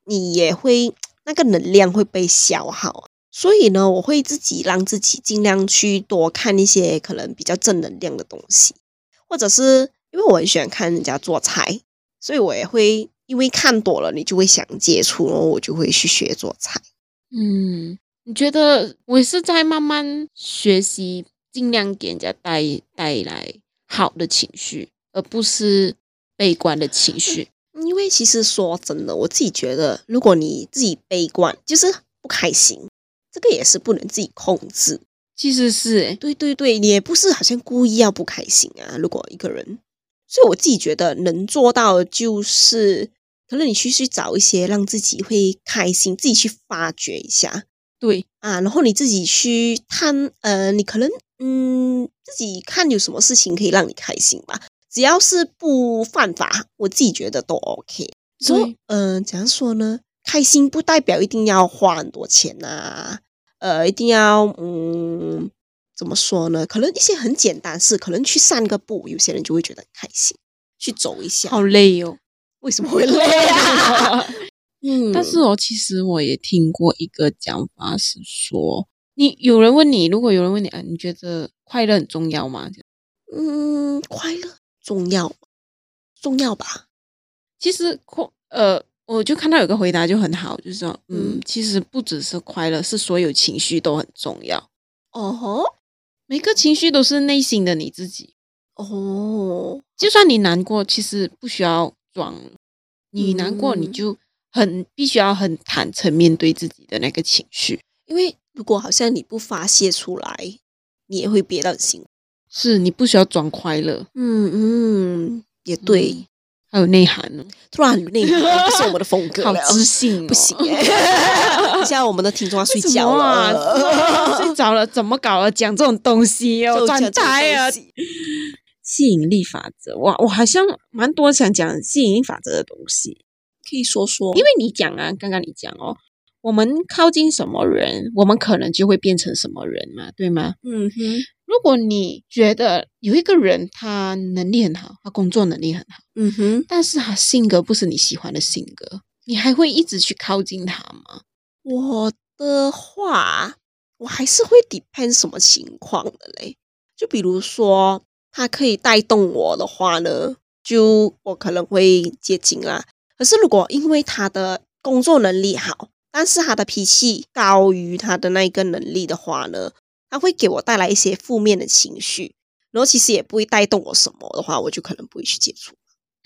[SPEAKER 2] 你也会那个能量会被消耗。所以呢，我会自己让自己尽量去多看一些可能比较正能量的东西，或者是因为我很喜欢看人家做菜，所以我也会因为看多了，你就会想接触，然后我就会去学做菜。
[SPEAKER 1] 嗯，你觉得我是在慢慢学习，尽量给人家带带来好的情绪，而不是悲观的情绪。
[SPEAKER 2] 因为其实说真的，我自己觉得，如果你自己悲观，就是不开心，这个也是不能自己控制。
[SPEAKER 1] 其实是欸诶，
[SPEAKER 2] 对对对，你也不是好像故意要不开心啊。如果一个人，所以我自己觉得能做到的就是，可能你去去找一些让自己会开心，自己去发掘一下
[SPEAKER 1] 对，
[SPEAKER 2] 啊，然后你自己去探，呃，你可能嗯自己看有什么事情可以让你开心吧，只要是不犯法，我自己觉得都 OK。说
[SPEAKER 1] 对，
[SPEAKER 2] 嗯、呃，怎样说呢？开心不代表一定要花很多钱呐、呃，一定要嗯，怎么说呢？可能一些很简单事，可能去散个步，有些人就会觉得很开心，去走一下。
[SPEAKER 1] 好累哦。
[SPEAKER 2] 为什么会累 啊？嗯，
[SPEAKER 1] 但是哦，其实我也听过一个讲法是说，你有人问你，如果有人问你，啊，你觉得快乐很重要吗？
[SPEAKER 2] 嗯，快乐重要，重要吧？
[SPEAKER 1] 其实快呃，我就看到有个回答就很好，就是说，嗯
[SPEAKER 2] 嗯，
[SPEAKER 1] 其实不只是快乐，是所有情绪都很重要。
[SPEAKER 2] 哦吼，
[SPEAKER 1] 每个情绪都是内心的你自己，
[SPEAKER 2] 哦，
[SPEAKER 1] 就算你难过，其实不需要装，你难过你
[SPEAKER 2] 嗯
[SPEAKER 1] 就很必须要很坦诚面对自己的那个情绪，
[SPEAKER 2] 因为如果好像你不发泄出来，你也会憋到很辛苦。
[SPEAKER 1] 是你不需要装快乐，
[SPEAKER 2] 嗯嗯，也对。
[SPEAKER 1] 嗯还有内涵哦，
[SPEAKER 2] 突然很内涵，不是我们的风格
[SPEAKER 1] 好
[SPEAKER 2] 了，
[SPEAKER 1] 知性、哦
[SPEAKER 2] 不 行、欸。等一下我们的听众要睡
[SPEAKER 1] 为什
[SPEAKER 2] 觉
[SPEAKER 1] 么
[SPEAKER 2] 了，
[SPEAKER 1] 啊 睡着了，怎么搞了？讲这种东西
[SPEAKER 2] 就
[SPEAKER 1] 哦，
[SPEAKER 2] 讲
[SPEAKER 1] 转
[SPEAKER 2] 这个
[SPEAKER 1] 台啊
[SPEAKER 2] 东！西
[SPEAKER 1] 吸引力法则，我我好像蛮多想讲吸引力法则的东西，
[SPEAKER 2] 可以说说，
[SPEAKER 1] 因为你讲啊，刚刚你讲哦，我们靠近什么人，我们可能就会变成什么人嘛，对吗？
[SPEAKER 2] 嗯哼，
[SPEAKER 1] 如果你觉得有一个人他能力很好，他工作能力很好，
[SPEAKER 2] 嗯哼，
[SPEAKER 1] 但是他性格不是你喜欢的性格，你还会一直去靠近他吗？
[SPEAKER 2] 我的话，我还是会 depend 什么情况的嘞。就比如说，他可以带动我的话呢，就我可能会接近啦。可是如果因为他的工作能力好，但是他的脾气高于他的那一个能力的话呢，他会给我带来一些负面的情绪，然后其实也不会带动我什么的话，我就可能不会去接触。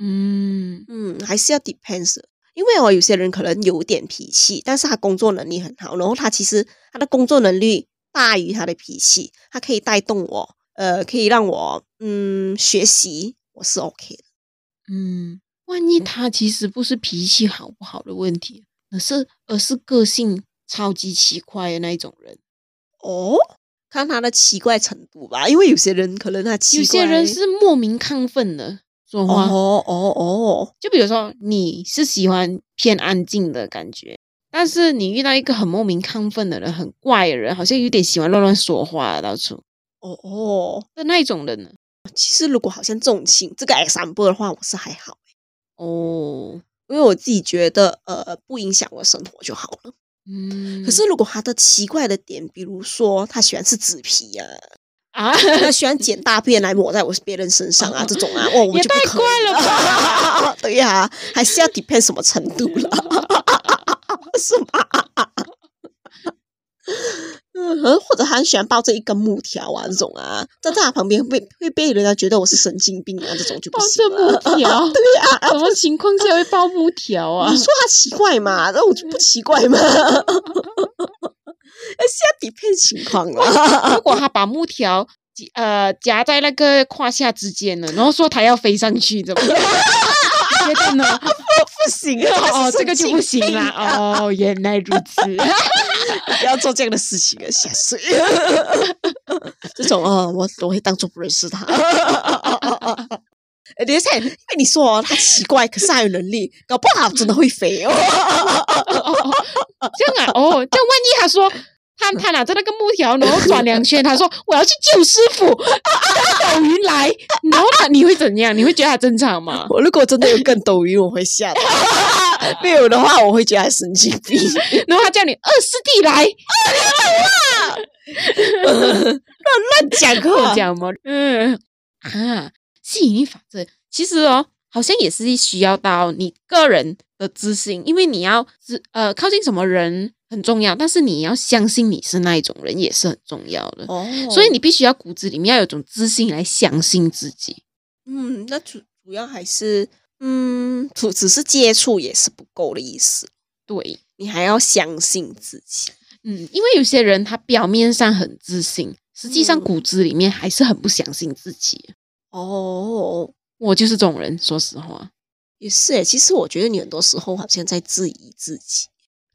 [SPEAKER 1] 嗯，
[SPEAKER 2] 嗯，还是要 depends，的因为哦，有些人可能有点脾气，但是他工作能力很好，然后他其实他的工作能力大于他的脾气，他可以带动我，呃，可以让我嗯学习，我是 OK 的。
[SPEAKER 1] 嗯，万一他其实不是脾气好不好的问题，而是而是个性超级奇怪的那一种人。
[SPEAKER 2] 哦，看他的奇怪程度吧，因为有些人可能他奇
[SPEAKER 1] 有
[SPEAKER 2] 怪，
[SPEAKER 1] 些人是莫名亢奋的说
[SPEAKER 2] 哦
[SPEAKER 1] 话，
[SPEAKER 2] 哦哦，
[SPEAKER 1] 就比如说你是喜欢偏安静的感觉，但是你遇到一个很莫名亢奋的人，很怪的人，好像有点喜欢乱乱说话到处
[SPEAKER 2] 哦哦，
[SPEAKER 1] 的那一种人呢？
[SPEAKER 2] 其实如果好像这种情这个 example 的话，我是还好，
[SPEAKER 1] 哦，
[SPEAKER 2] 因为我自己觉得呃不影响我生活就好了。
[SPEAKER 1] 嗯，
[SPEAKER 2] 可是如果他的奇怪的点，比如说他喜欢吃纸皮 啊，
[SPEAKER 1] 啊，
[SPEAKER 2] 他喜欢捡大便来抹在我别人身上啊，这种啊，哇，我
[SPEAKER 1] 哦也
[SPEAKER 2] 就不
[SPEAKER 1] 太
[SPEAKER 2] 可啊
[SPEAKER 1] 怪
[SPEAKER 2] 以
[SPEAKER 1] 了吧
[SPEAKER 2] 对呀、还是要 depend 什么程 度了，是吧？可能嗯或者他很喜欢抱着一根木条啊这种啊，站在他旁边会被会被人家觉得我是神经病啊这种就不
[SPEAKER 1] 抱着
[SPEAKER 2] 行了。
[SPEAKER 1] 木条，
[SPEAKER 2] 对呀、
[SPEAKER 1] 什么情况下会抱木条啊
[SPEAKER 2] 你？说他奇怪嘛？那我就不奇怪嘛。 哎，现在底片情况了，
[SPEAKER 1] 如果他把木条夹呃夹在那个胯下之间了，然后说他要飞上去，怎么办？你 觉得呢？
[SPEAKER 2] 不行 啊！
[SPEAKER 1] 哦，这个就不行
[SPEAKER 2] 了。
[SPEAKER 1] 啦。哦，原来如此。
[SPEAKER 2] 不 要做这样的事情啊，吓死！ 这种啊、呃我我会当做不认识他。 哎等一下，因为你说、哦、他奇怪，可是他有能力，搞不好真的会飞哦。
[SPEAKER 1] 这样 啊，哦，这样万一他说他他拿着那个木条，然后转两圈，他说我要去救师傅，啊抖云来，然后他你会怎样？你会觉得他正常 吗？
[SPEAKER 2] 我如果真的有更抖音，我会吓到； 没有的话，我会觉得他神经病。
[SPEAKER 1] 然后他叫你二师弟来，
[SPEAKER 2] 乱讲
[SPEAKER 1] 跟
[SPEAKER 2] 课
[SPEAKER 1] 我，讲吗？嗯啊，吸引力法则其实哦，好像也是需要到你个人的自信，因为你要自呃靠近什么人很重要，但是你要相信你是那一种人也是很重要的。
[SPEAKER 2] 哦，
[SPEAKER 1] 所以你必须要骨子里面要有种自信来相信自己。
[SPEAKER 2] 嗯，那主主要还是嗯，主只是接触也是不够的意思，
[SPEAKER 1] 对，
[SPEAKER 2] 你还要相信自己。
[SPEAKER 1] 嗯，因为有些人他表面上很自信，实际上
[SPEAKER 2] 嗯
[SPEAKER 1] 骨子里面还是很不相信自己。
[SPEAKER 2] 哦，
[SPEAKER 1] 我就是这种人，说实话。
[SPEAKER 2] 也是欸诶，其实我觉得你很多时候好像在质疑自己。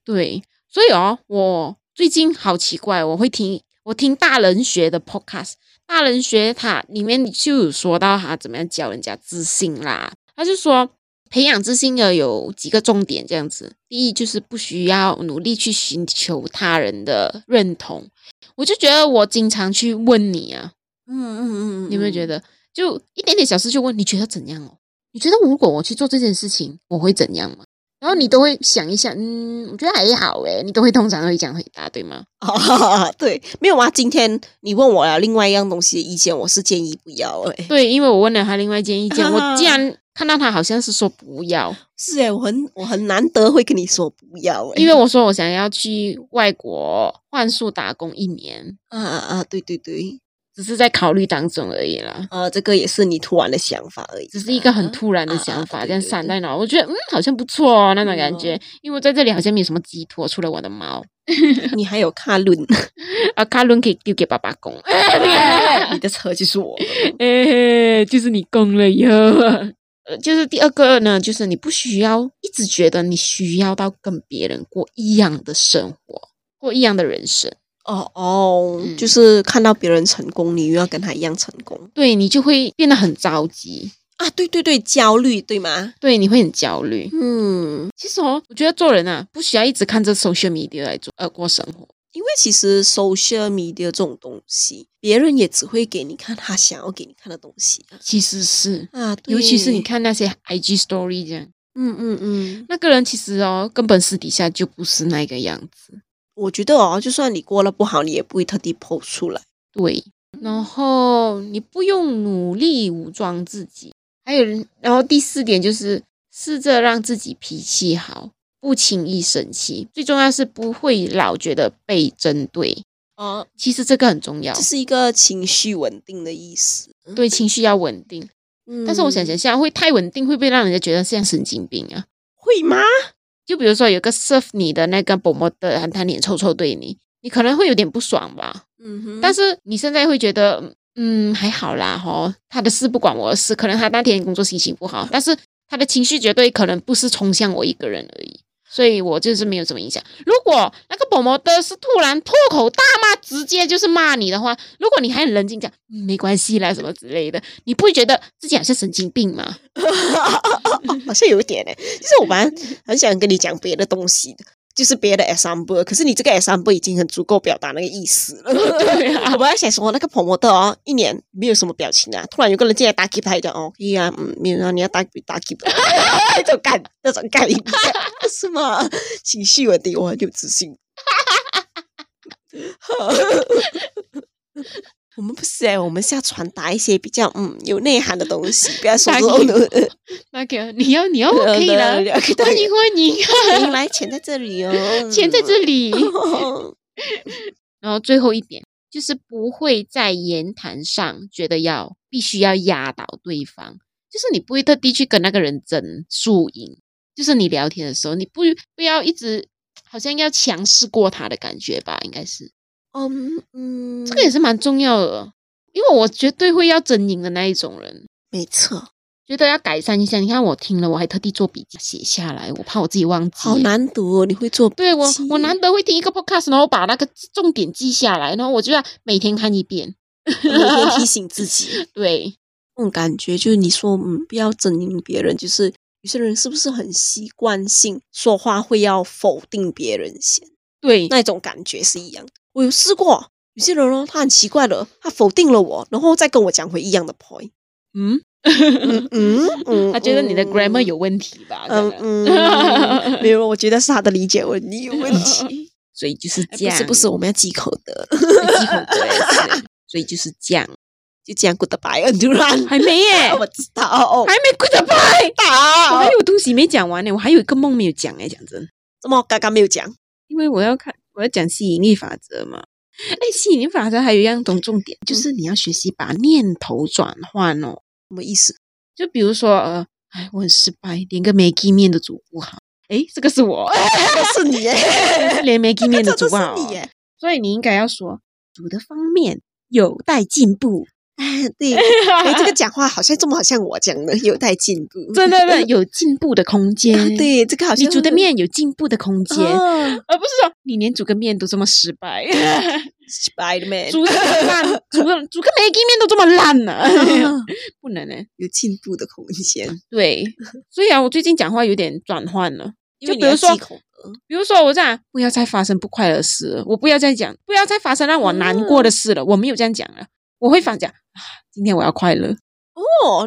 [SPEAKER 1] 对，所以哦，我最近好奇怪，我会听我听大人学的 podcast，大人学它里面就有说到他怎么样教人家自信啦，他就说培养自信的有几个重点这样子，第一就是不需要努力去寻求他人的认同，我就觉得我经常去问你啊，
[SPEAKER 2] 嗯嗯嗯
[SPEAKER 1] 你有没有觉？得，就一点点小事就问你觉得怎样哦？你觉得如果我去做这件事情，我会怎样吗？然后你都会想一想，嗯，我觉得还好诶，你都会通常会这样回答，对吗？
[SPEAKER 2] 哦， 对，没有啊。今天你问我啊了另外一样东西的意见，我是建议不要欸诶。
[SPEAKER 1] 对，因为我问了他另外一件意见，我既
[SPEAKER 2] 啊
[SPEAKER 1] 然 看到他好像是说不要，
[SPEAKER 2] 是欸诶，我很我很难得会跟你说不要欸诶。
[SPEAKER 1] 因为我说我想要去外国幻术打工一年，
[SPEAKER 2] 啊啊啊，对对对，
[SPEAKER 1] 只是在考虑当中而已啦，
[SPEAKER 2] 啊，这个也是你突然的想法而已，
[SPEAKER 1] 只是一个很突然的
[SPEAKER 2] 啊啊
[SPEAKER 1] 想法，
[SPEAKER 2] 对
[SPEAKER 1] 这样
[SPEAKER 2] 对
[SPEAKER 1] 闪
[SPEAKER 2] 对
[SPEAKER 1] 在脑，我觉得嗯好像不错哦那种
[SPEAKER 2] 嗯
[SPEAKER 1] 感
[SPEAKER 2] 哦
[SPEAKER 1] 觉，因为我在这里好像没有什么寄托，除了我的猫。
[SPEAKER 2] 你还有卡 论，
[SPEAKER 1] 啊，卡伦可以丢给爸爸供，
[SPEAKER 2] 你的车就是我
[SPEAKER 1] 哎，就是你供了以后，呃，就是第二个呢，就是你不需要一直觉得你需要到跟别人过一样的生活，过一样的人生，
[SPEAKER 2] 哦哦
[SPEAKER 1] 嗯，
[SPEAKER 2] 就是看到别人成功，你又要跟他一样成功
[SPEAKER 1] 对你就会变得很着急，
[SPEAKER 2] 啊？对对对，焦虑对吗？
[SPEAKER 1] 对，你会很焦虑。
[SPEAKER 2] 嗯，
[SPEAKER 1] 其实哦，我觉得做人啊，不需要一直看着 social media 来做呃过生活，
[SPEAKER 2] 因为其实 social media 这种东西，别人也只会给你看他想要给你看的东西啊。
[SPEAKER 1] 其实是，
[SPEAKER 2] 啊，对
[SPEAKER 1] 尤其是你，看那些 IG story 这样，
[SPEAKER 2] 嗯嗯嗯，
[SPEAKER 1] 那个人其实哦，根本私底下就不是那个样子。
[SPEAKER 2] 我觉得哦，就算你过得不好，你也不会特地 PO 出来。
[SPEAKER 1] 对，然后你不用努力武装自己。还有人，然后第四点就是试着让自己脾气好，不轻易生气。最重要是不会老觉得被针对，
[SPEAKER 2] 哦，
[SPEAKER 1] 其实这个很重要
[SPEAKER 2] 这。是一个情绪稳定的意思。
[SPEAKER 1] 对，情绪要稳定。
[SPEAKER 2] 嗯
[SPEAKER 1] 但是我想想，下，会太稳定会不会让人家觉得像神经病啊？
[SPEAKER 2] 会吗？
[SPEAKER 1] 就比如说有个 serve 你的那个 b o m o 的，他脸臭臭对你，你可能会有点不爽吧？
[SPEAKER 2] 嗯哼
[SPEAKER 1] 但
[SPEAKER 2] 但是
[SPEAKER 1] 是你现在会觉得，嗯嗯，还好啦，吼，他的事不管我的事，可能他那天工作心情不好，但是他的情绪绝对可能不是冲向我一个人而已，所以我就是没有什么影响。如果那个宝宝的是突然破口大骂，直接就是骂你的话，如果你还很冷静讲、嗯没关系啦什么之类的，你不会觉得自己好像神经病吗？
[SPEAKER 2] 好像有一点呢。其实我蛮很想跟你讲别的东西的，就是别的 example。可是你这个 example 已经很足够表达那个意思了。
[SPEAKER 1] 对啊
[SPEAKER 2] 我，本来想说那个 p r o 哦，一年没有什么表情啊，突然有个人进来打给他一讲哦，可以啊，嗯，没有啊，你要打给打给 那种感那种概念是吗？情绪稳定，我很有自信。 我们不是哎、我们是要传达一些比较嗯有内涵的东西，不要说
[SPEAKER 1] 打
[SPEAKER 2] 说
[SPEAKER 1] 给
[SPEAKER 2] 哦呃
[SPEAKER 1] 那个你要你要哦可以了，
[SPEAKER 2] 呃可以的
[SPEAKER 1] 欢
[SPEAKER 2] 嗯
[SPEAKER 1] 迎欢迎，
[SPEAKER 2] 欢迎来钱在这里哦，
[SPEAKER 1] 钱在这里。
[SPEAKER 2] 里。
[SPEAKER 1] 然后最后一点就是不会在言谈上觉得要必须要压倒对方，就是你不会特地去跟那个人争输赢，就是你聊天的时候，你不不要一直好像要强势过他的感觉吧，应该是
[SPEAKER 2] 嗯嗯，
[SPEAKER 1] 这个也是蛮重要的，哦因为我绝对会要争赢的那一种人。
[SPEAKER 2] 没错，
[SPEAKER 1] 觉得要改善一下，你看我听了，我还特地做笔记写下来，我怕我自己忘记。
[SPEAKER 2] 好难读哦，你会做
[SPEAKER 1] 对我
[SPEAKER 2] 记，
[SPEAKER 1] 我难得会听一个 podcast，然后把那个重点记下来，然后我就要每天看一遍。
[SPEAKER 2] 每天 提醒自己，
[SPEAKER 1] 对，
[SPEAKER 2] 那种感觉就是你说嗯，不要整赢别人，就是有些人是不是很习惯性说话会要否定别人先，
[SPEAKER 1] 对，
[SPEAKER 2] 那种感觉是一样的。我有试过，有些人哦，他很奇怪的，他否定了我，然后再跟我讲回一样的 point。
[SPEAKER 1] 嗯，
[SPEAKER 2] 嗯嗯 嗯，
[SPEAKER 1] 他觉得你的
[SPEAKER 2] 嗯
[SPEAKER 1] grammar 有问题吧？
[SPEAKER 2] 嗯
[SPEAKER 1] 这样
[SPEAKER 2] 嗯，没有，我觉得是他的理解问题有问 题。
[SPEAKER 1] 所以就是
[SPEAKER 2] 哎
[SPEAKER 1] 这样，
[SPEAKER 2] 不是不是，我们要忌口的，
[SPEAKER 1] 忌口对，所以就是这样，
[SPEAKER 2] 就这样 goodbye，很突然。
[SPEAKER 1] 还没 耶，还
[SPEAKER 2] 我知道，
[SPEAKER 1] 没 goodbye，我还
[SPEAKER 2] 打
[SPEAKER 1] 有东西没讲完呢，我还有一个梦没有讲哎，讲真，
[SPEAKER 2] 怎么刚刚没有讲？
[SPEAKER 1] 因为我要看我要讲吸引力法则嘛。嗯哎，吸引力法则还有一样东重点，就是你要学习把念头转换哦。
[SPEAKER 2] 什么意思？
[SPEAKER 1] 就比如说，呃，哎，我很失败，连个 Maggie 面都煮不好。哎，这个是我，
[SPEAKER 2] 这是你耶，
[SPEAKER 1] 连 Maggie 面都
[SPEAKER 2] 这
[SPEAKER 1] 煮
[SPEAKER 2] 是
[SPEAKER 1] 不好。
[SPEAKER 2] 你耶。
[SPEAKER 1] 所以你应该要说，煮的方面有待进步。
[SPEAKER 2] 哎， 对，哎， 这个讲话好像这么好像我讲的，有待进步。
[SPEAKER 1] 真的真的有进步的空间。
[SPEAKER 2] 啊，， 对，这个好
[SPEAKER 1] 你
[SPEAKER 2] 像
[SPEAKER 1] 煮的面有进步的空间，
[SPEAKER 2] 啊，
[SPEAKER 1] 而不是说你连煮个面都这么失败，
[SPEAKER 2] 失败的面，
[SPEAKER 1] 煮个烂，煮个煮个 Maggie 面都这么烂呢、
[SPEAKER 2] 啊
[SPEAKER 1] 不能呢、
[SPEAKER 2] 有进步的空间。
[SPEAKER 1] 对，所以啊，我最近讲话有点转换了。
[SPEAKER 2] 因
[SPEAKER 1] 就
[SPEAKER 2] 为你
[SPEAKER 1] 比如
[SPEAKER 2] 要
[SPEAKER 1] 说
[SPEAKER 2] 忌口的
[SPEAKER 1] 比如说，我这样不要再发生不快乐的事了，我不要再讲，不要再发生让我难过
[SPEAKER 2] 嗯
[SPEAKER 1] 的事了。我没有这样讲了，我会反讲啊，今天我要快乐，
[SPEAKER 2] 哦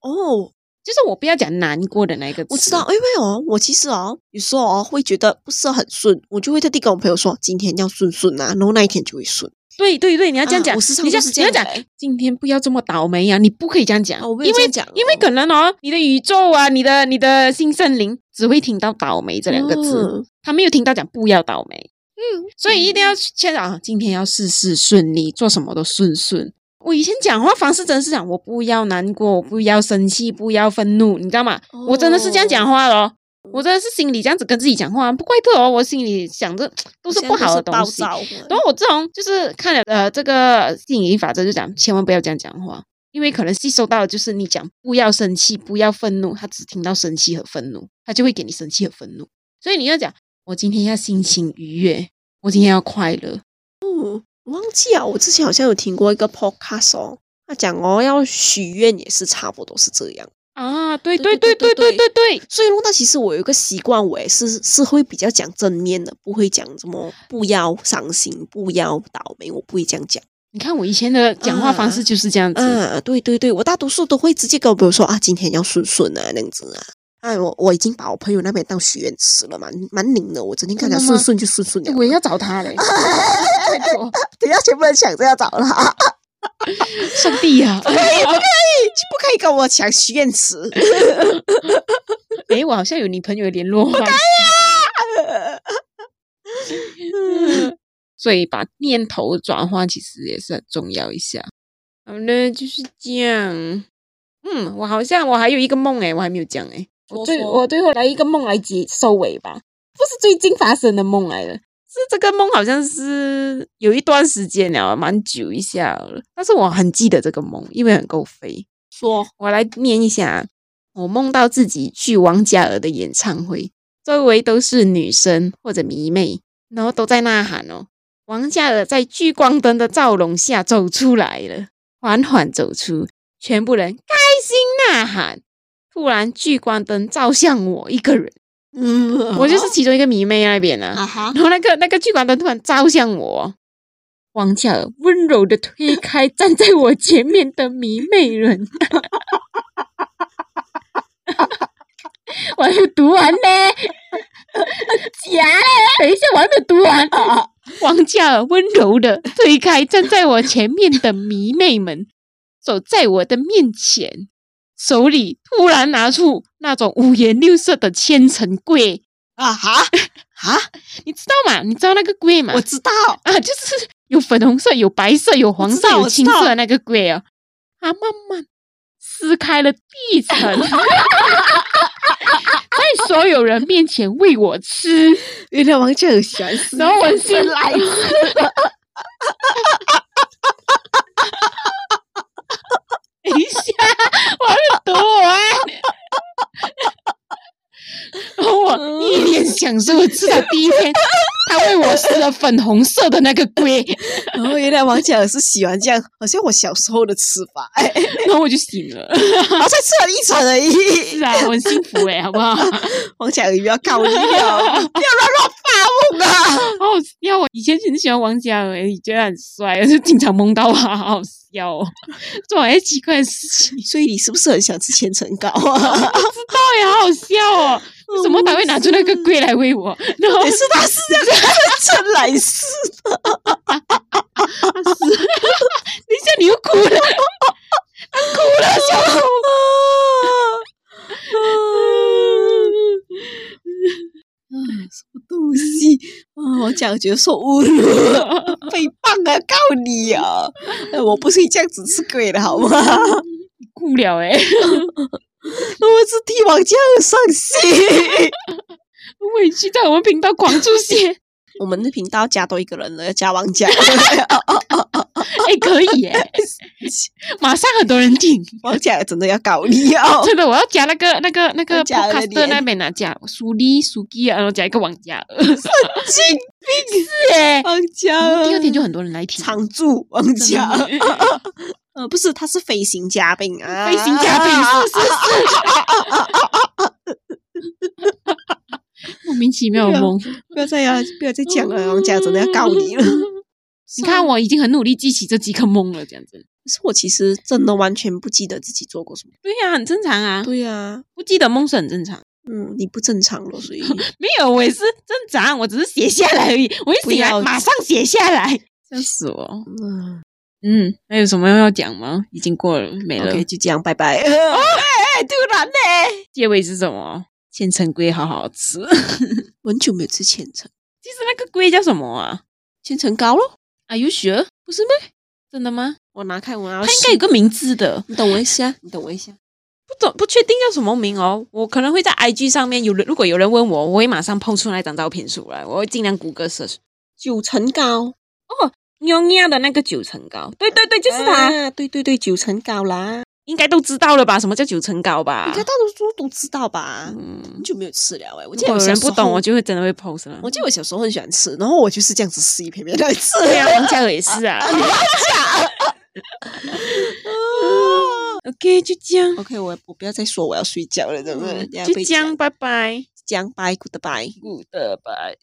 [SPEAKER 2] 哦，
[SPEAKER 1] 就是我不要讲难过的那一个词。
[SPEAKER 2] 我知道，因为哦，我其实哦，有时候哦会觉得不是很顺，我就会特地跟我朋友说，今天要顺顺啊，然后那一天就会顺。
[SPEAKER 1] 对对对，你要这样
[SPEAKER 2] 啊
[SPEAKER 1] 讲，
[SPEAKER 2] 我时常
[SPEAKER 1] 你
[SPEAKER 2] 都
[SPEAKER 1] 要
[SPEAKER 2] 是
[SPEAKER 1] 你
[SPEAKER 2] 这
[SPEAKER 1] 要
[SPEAKER 2] 样
[SPEAKER 1] 讲
[SPEAKER 2] 的欸，
[SPEAKER 1] 今天不要这么倒霉呀、啊，你不可以这样讲，
[SPEAKER 2] 啊我没有
[SPEAKER 1] 因
[SPEAKER 2] 这
[SPEAKER 1] 为
[SPEAKER 2] 样讲哦
[SPEAKER 1] 因为可能哦，你的宇宙啊，你的你的新圣灵只会听到倒霉这两个字，
[SPEAKER 2] 嗯
[SPEAKER 1] 他没有听到讲不要倒霉。
[SPEAKER 2] 嗯，
[SPEAKER 1] 所以一定要先讲，啊今天要事事顺利，做什么都顺顺。我以前讲话方式真是讲，我不要难过，我不要生气，不要愤怒，你知道吗？
[SPEAKER 2] 哦
[SPEAKER 1] 我真的是这样讲话的哦，我真的是心里这样子跟自己讲话，不怪特哦，我心里想着都是不好的东西。然
[SPEAKER 2] 然
[SPEAKER 1] 后我这种就是看了呃这个吸引力法则，就讲千万不要这样讲话，因为可能吸收到的就是你讲不要生气，不要愤怒，他只听到生气和愤怒，他就会给你生气和愤怒。所以你要讲，我今天要心情愉悦，我今天要快乐。
[SPEAKER 2] 我忘记啊，我之前好像有听过一个 podcast 哦，他讲哦要许愿也是差不多是这样。
[SPEAKER 1] 啊，对
[SPEAKER 2] 对
[SPEAKER 1] 对
[SPEAKER 2] 对
[SPEAKER 1] 对对
[SPEAKER 2] 对对
[SPEAKER 1] 对对对，
[SPEAKER 2] 所以说，那其实我有一个习惯，我也是是会比较讲正面的，不会讲什么不要伤心、不要倒霉，我不会这样讲。
[SPEAKER 1] 你看我以前的讲话方式就是这样子，
[SPEAKER 2] 嗯，对对对，我大多数都会直接跟我朋友说啊，今天要顺顺啊，那样子啊。哎，我我已经把我朋友那边当许愿池了，蛮蛮灵的。我整天跟他讲
[SPEAKER 1] 真的
[SPEAKER 2] 顺
[SPEAKER 1] 吗
[SPEAKER 2] 顺就顺顺了
[SPEAKER 1] 哎，我也要找他 嘞，拜托
[SPEAKER 2] 等一下啊全部人抢着要找他，
[SPEAKER 1] 上帝呀、啊！
[SPEAKER 2] 不可以跟我抢许愿池。
[SPEAKER 1] 哎，我好像有你朋友的联络方式所以把念头转换其实也是很重要一下。好了，就是这样。嗯，我好像我还有一个梦诶，欸我还没有讲诶。 我最
[SPEAKER 2] 说
[SPEAKER 1] 我最后来一个梦来结收尾吧，不是最近发生的梦来的，是这个梦好像是有一段时间了，蛮久一下了，但是我很记得这个梦，因为很够飞。
[SPEAKER 2] 说
[SPEAKER 1] 我来念一下，啊我梦到自己去王嘉尔的演唱会，周围都是女生或者迷妹，然后都在呐喊哦。王嘉尔在聚光灯的照笼下走出来了，缓缓走出，全部人开心呐喊。突然，聚光灯照向我一个人，
[SPEAKER 2] 嗯
[SPEAKER 1] 我就是其中一个迷妹那边啊。
[SPEAKER 2] 啊哈，
[SPEAKER 1] 然后那个那个聚光灯突然照向我，王嘉尔温柔的推开站在我前面的迷妹人。 我还没有读完呢，假嘞！等一下，我还没有读完。王嘉尔温柔的推开站在我前面的迷妹们，走在我的面前，手里突然拿出那种五颜六色的千层柜，
[SPEAKER 2] 啊哈啊！
[SPEAKER 1] 你知道嘛？你知道那个龟嘛？
[SPEAKER 2] 我知道，
[SPEAKER 1] 啊，就是有粉红色，有白色，有黄色，
[SPEAKER 2] 我知道
[SPEAKER 1] 有
[SPEAKER 2] 我知
[SPEAKER 1] 青
[SPEAKER 2] 道
[SPEAKER 1] 色的那个龟啊，它慢慢撕开了第一层， 在所有人面前喂我吃，
[SPEAKER 2] 原来王俊很喜欢吃
[SPEAKER 1] 然后我先
[SPEAKER 2] 来，
[SPEAKER 1] 等一下，我要躲我啊！ 然后我一脸享受吃到第一天，他喂我吃了粉红色的那个龟，
[SPEAKER 2] 然后原来王俊是喜欢这样，好像我小时候的吃法，哎，
[SPEAKER 1] 然后我就醒了。
[SPEAKER 2] 我才吃了一层而已。
[SPEAKER 1] 是啊，我很幸福哎、好不 好？
[SPEAKER 2] 王小鱼要告你了，不要让我发梦啊！
[SPEAKER 1] 好好笑哦！以前很喜欢王嘉尔，哎你觉得很帅，啊就经常梦到他，好好笑哦。 做好些奇怪的事情，
[SPEAKER 2] 所以你是不是很想吃千层糕 啊？
[SPEAKER 1] 到底好好笑哦！为什么他会拿出那个龟来喂我？然后
[SPEAKER 2] 也是他是这样千层来 吃，
[SPEAKER 1] 等一下你又哭了，
[SPEAKER 2] 小狗。什么东西啊！王小觉得受 侮辱，诽谤啊！告你啊！哎我不是这样子吃鬼的好吗？ 我
[SPEAKER 1] 你哭了哎、
[SPEAKER 2] 是替王嘉尔伤心。
[SPEAKER 1] 委屈在我们频道狂出血，
[SPEAKER 2] 我们的频道加多一个人了，要加王嘉尔。
[SPEAKER 1] 哎、可以耶、 马上很多人听，
[SPEAKER 2] 王嘉尔真的要搞你哦！
[SPEAKER 1] 真的，我要加那个那个那个
[SPEAKER 2] 王嘉尔的
[SPEAKER 1] podcaster
[SPEAKER 2] 脸
[SPEAKER 1] 那边啊，加苏丽苏基啊，然后加一个王嘉尔，是
[SPEAKER 2] 金
[SPEAKER 1] 哎、
[SPEAKER 2] 王嘉
[SPEAKER 1] 然后
[SPEAKER 2] 尔，
[SPEAKER 1] 第二天就很多人来听，
[SPEAKER 2] 常驻王
[SPEAKER 1] 真
[SPEAKER 2] 嘉尔。
[SPEAKER 1] 的
[SPEAKER 2] 呃，不是，他是飞行嘉宾啊，
[SPEAKER 1] 飞行嘉宾是是是， 莫名其妙的梦。
[SPEAKER 2] 不要再要，不要再讲了，王嘉尔真的要告你了。
[SPEAKER 1] 嗯你看，我已经很努力记起这几个梦了，这样子。
[SPEAKER 2] 可是我其实真的完全不记得自己做过什么。
[SPEAKER 1] 对呀、很正常啊，
[SPEAKER 2] 对啊，
[SPEAKER 1] 不记得梦是很正常。
[SPEAKER 2] 嗯，你不正常了，所以
[SPEAKER 1] 没有，我也是正常，我只是写下来而已。我一
[SPEAKER 2] 不
[SPEAKER 1] 醒来
[SPEAKER 2] 要
[SPEAKER 1] 马上写下来，笑死我。
[SPEAKER 2] 嗯
[SPEAKER 1] 嗯，还有什么要讲吗？已经过了，没了。
[SPEAKER 2] ，OK，就这样，拜拜。哦，哎，突然呢，
[SPEAKER 1] 结尾是什么？千层龟好好吃。
[SPEAKER 2] 我很久没有吃千层
[SPEAKER 1] 其实那个龟叫什么啊
[SPEAKER 2] 千层糕咯。
[SPEAKER 1] ？Are you sure？不啊是咩？真的吗？
[SPEAKER 2] 我拿开，我要
[SPEAKER 1] 它应该有个名字的。
[SPEAKER 2] 你等我一下，你等我一下。
[SPEAKER 1] 不懂不确定叫什么名哦，我可能会在 IG 上面有人，如果有人问我，我会马上抛出那张照片出来，我会尽量谷歌 search
[SPEAKER 2] 九层糕，
[SPEAKER 1] 妞妞的那个九层糕，对对对，就是它，
[SPEAKER 2] 啊，对对对，九层糕啦，
[SPEAKER 1] 应该都知道了吧？什么叫九层糕吧
[SPEAKER 2] 应？该大多数都知道吧？
[SPEAKER 1] 嗯
[SPEAKER 2] 很，久没有吃了哎，我
[SPEAKER 1] 如
[SPEAKER 2] 记得
[SPEAKER 1] 果
[SPEAKER 2] 我
[SPEAKER 1] 有
[SPEAKER 2] 小
[SPEAKER 1] 人
[SPEAKER 2] 时
[SPEAKER 1] 不懂，
[SPEAKER 2] 候
[SPEAKER 1] 我就会真的会 post 了
[SPEAKER 2] 我。记得我小时候很喜欢吃，然后我就是这样子撕一片片来吃。
[SPEAKER 1] 对啊，王嘉尔也是 啊。OK，就哦这样，
[SPEAKER 2] OK，我我不要再说我要睡觉了，真的。等下
[SPEAKER 1] 就
[SPEAKER 2] 被
[SPEAKER 1] 这
[SPEAKER 2] 讲
[SPEAKER 1] 样，拜拜
[SPEAKER 2] 讲 bye goodbye。
[SPEAKER 1] ，Goodbye。